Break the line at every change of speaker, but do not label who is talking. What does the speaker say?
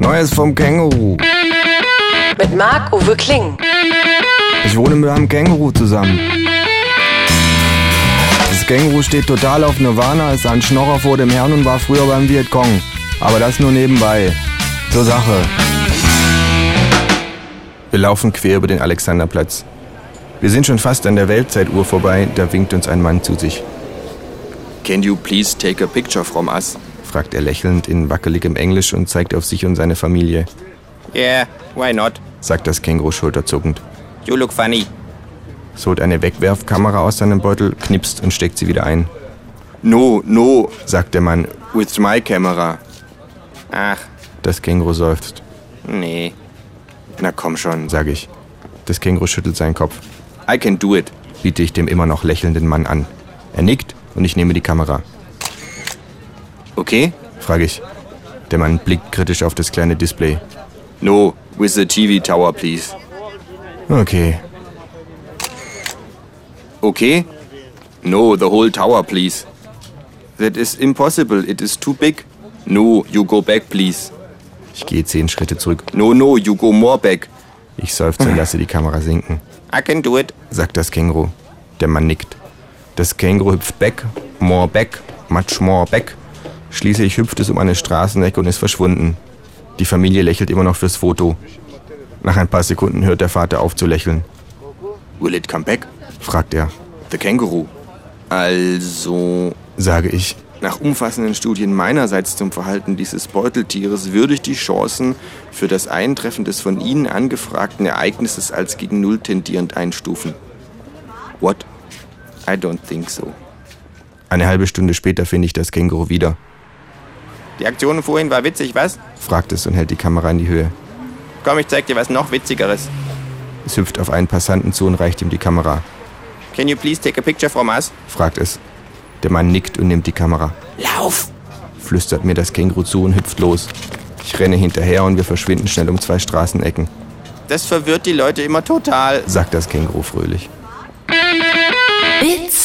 Neues vom Känguru.
Mit Marc-Uwe Kling.
Ich wohne mit einem Känguru zusammen. Das Känguru steht total auf Nirvana, ist ein Schnorrer vor dem Herrn und war früher beim Vietcong. Aber das nur nebenbei. Zur Sache. Wir laufen quer über den Alexanderplatz. Wir sind schon fast an der Weltzeituhr vorbei, da winkt uns ein Mann zu sich.
Can you please take a picture from us?
fragt er lächelnd in wackeligem Englisch und zeigt auf sich und seine Familie,
Yeah, why not?
sagt das Känguru schulterzuckend.
You look funny.
Es holt eine Wegwerfkamera aus seinem Beutel, knipst und steckt sie wieder ein,
No, no,
sagt der Mann.
with my camera. Ach,
Das Känguru seufzt,
nee. Na komm schon,
sage ich. Das Känguru schüttelt seinen Kopf,
I can do it.
biete ich dem immer noch lächelnden Mann an. Er nickt und ich nehme die Kamera,
Okay?
frage ich. Der Mann blickt kritisch auf das kleine Display.
No, with the TV tower, please.
Okay,
Okay? No, the whole tower, please. That is impossible, it is too big. No, you go back, please.
ich gehe zehn Schritte zurück.
No, no, you go more back.
Ich seufze und lasse die Kamera sinken,
I can do it.
sagt das Känguru. Der Mann nickt. Das Känguru hüpft back, more back, much more back. Schließlich hüpft es um eine Straßenecke und ist verschwunden. Die Familie lächelt immer noch fürs Foto. Nach ein paar Sekunden hört der Vater auf zu lächeln,
Will it come back?
fragt er.
The Känguru. Also,
Sage ich,
nach umfassenden Studien meinerseits zum Verhalten dieses Beuteltieres würde ich die Chancen für das Eintreffen des von Ihnen angefragten Ereignisses als gegen Null tendierend einstufen. What? I don't think so.
eine halbe Stunde später finde ich das Känguru wieder,
Die Aktion vorhin war witzig, was?
fragt es und hält die Kamera in die Höhe.
Komm, ich zeig dir was noch witzigeres.
Es hüpft auf einen Passanten zu und reicht ihm die Kamera,
Can you please take a picture from us?
fragt es. Der Mann nickt und nimmt die Kamera.
Lauf!
flüstert mir das Känguru zu und hüpft los. Ich renne hinterher und wir verschwinden schnell um zwei Straßenecken,
Das verwirrt die Leute immer total.
sagt das Känguru fröhlich.
Bits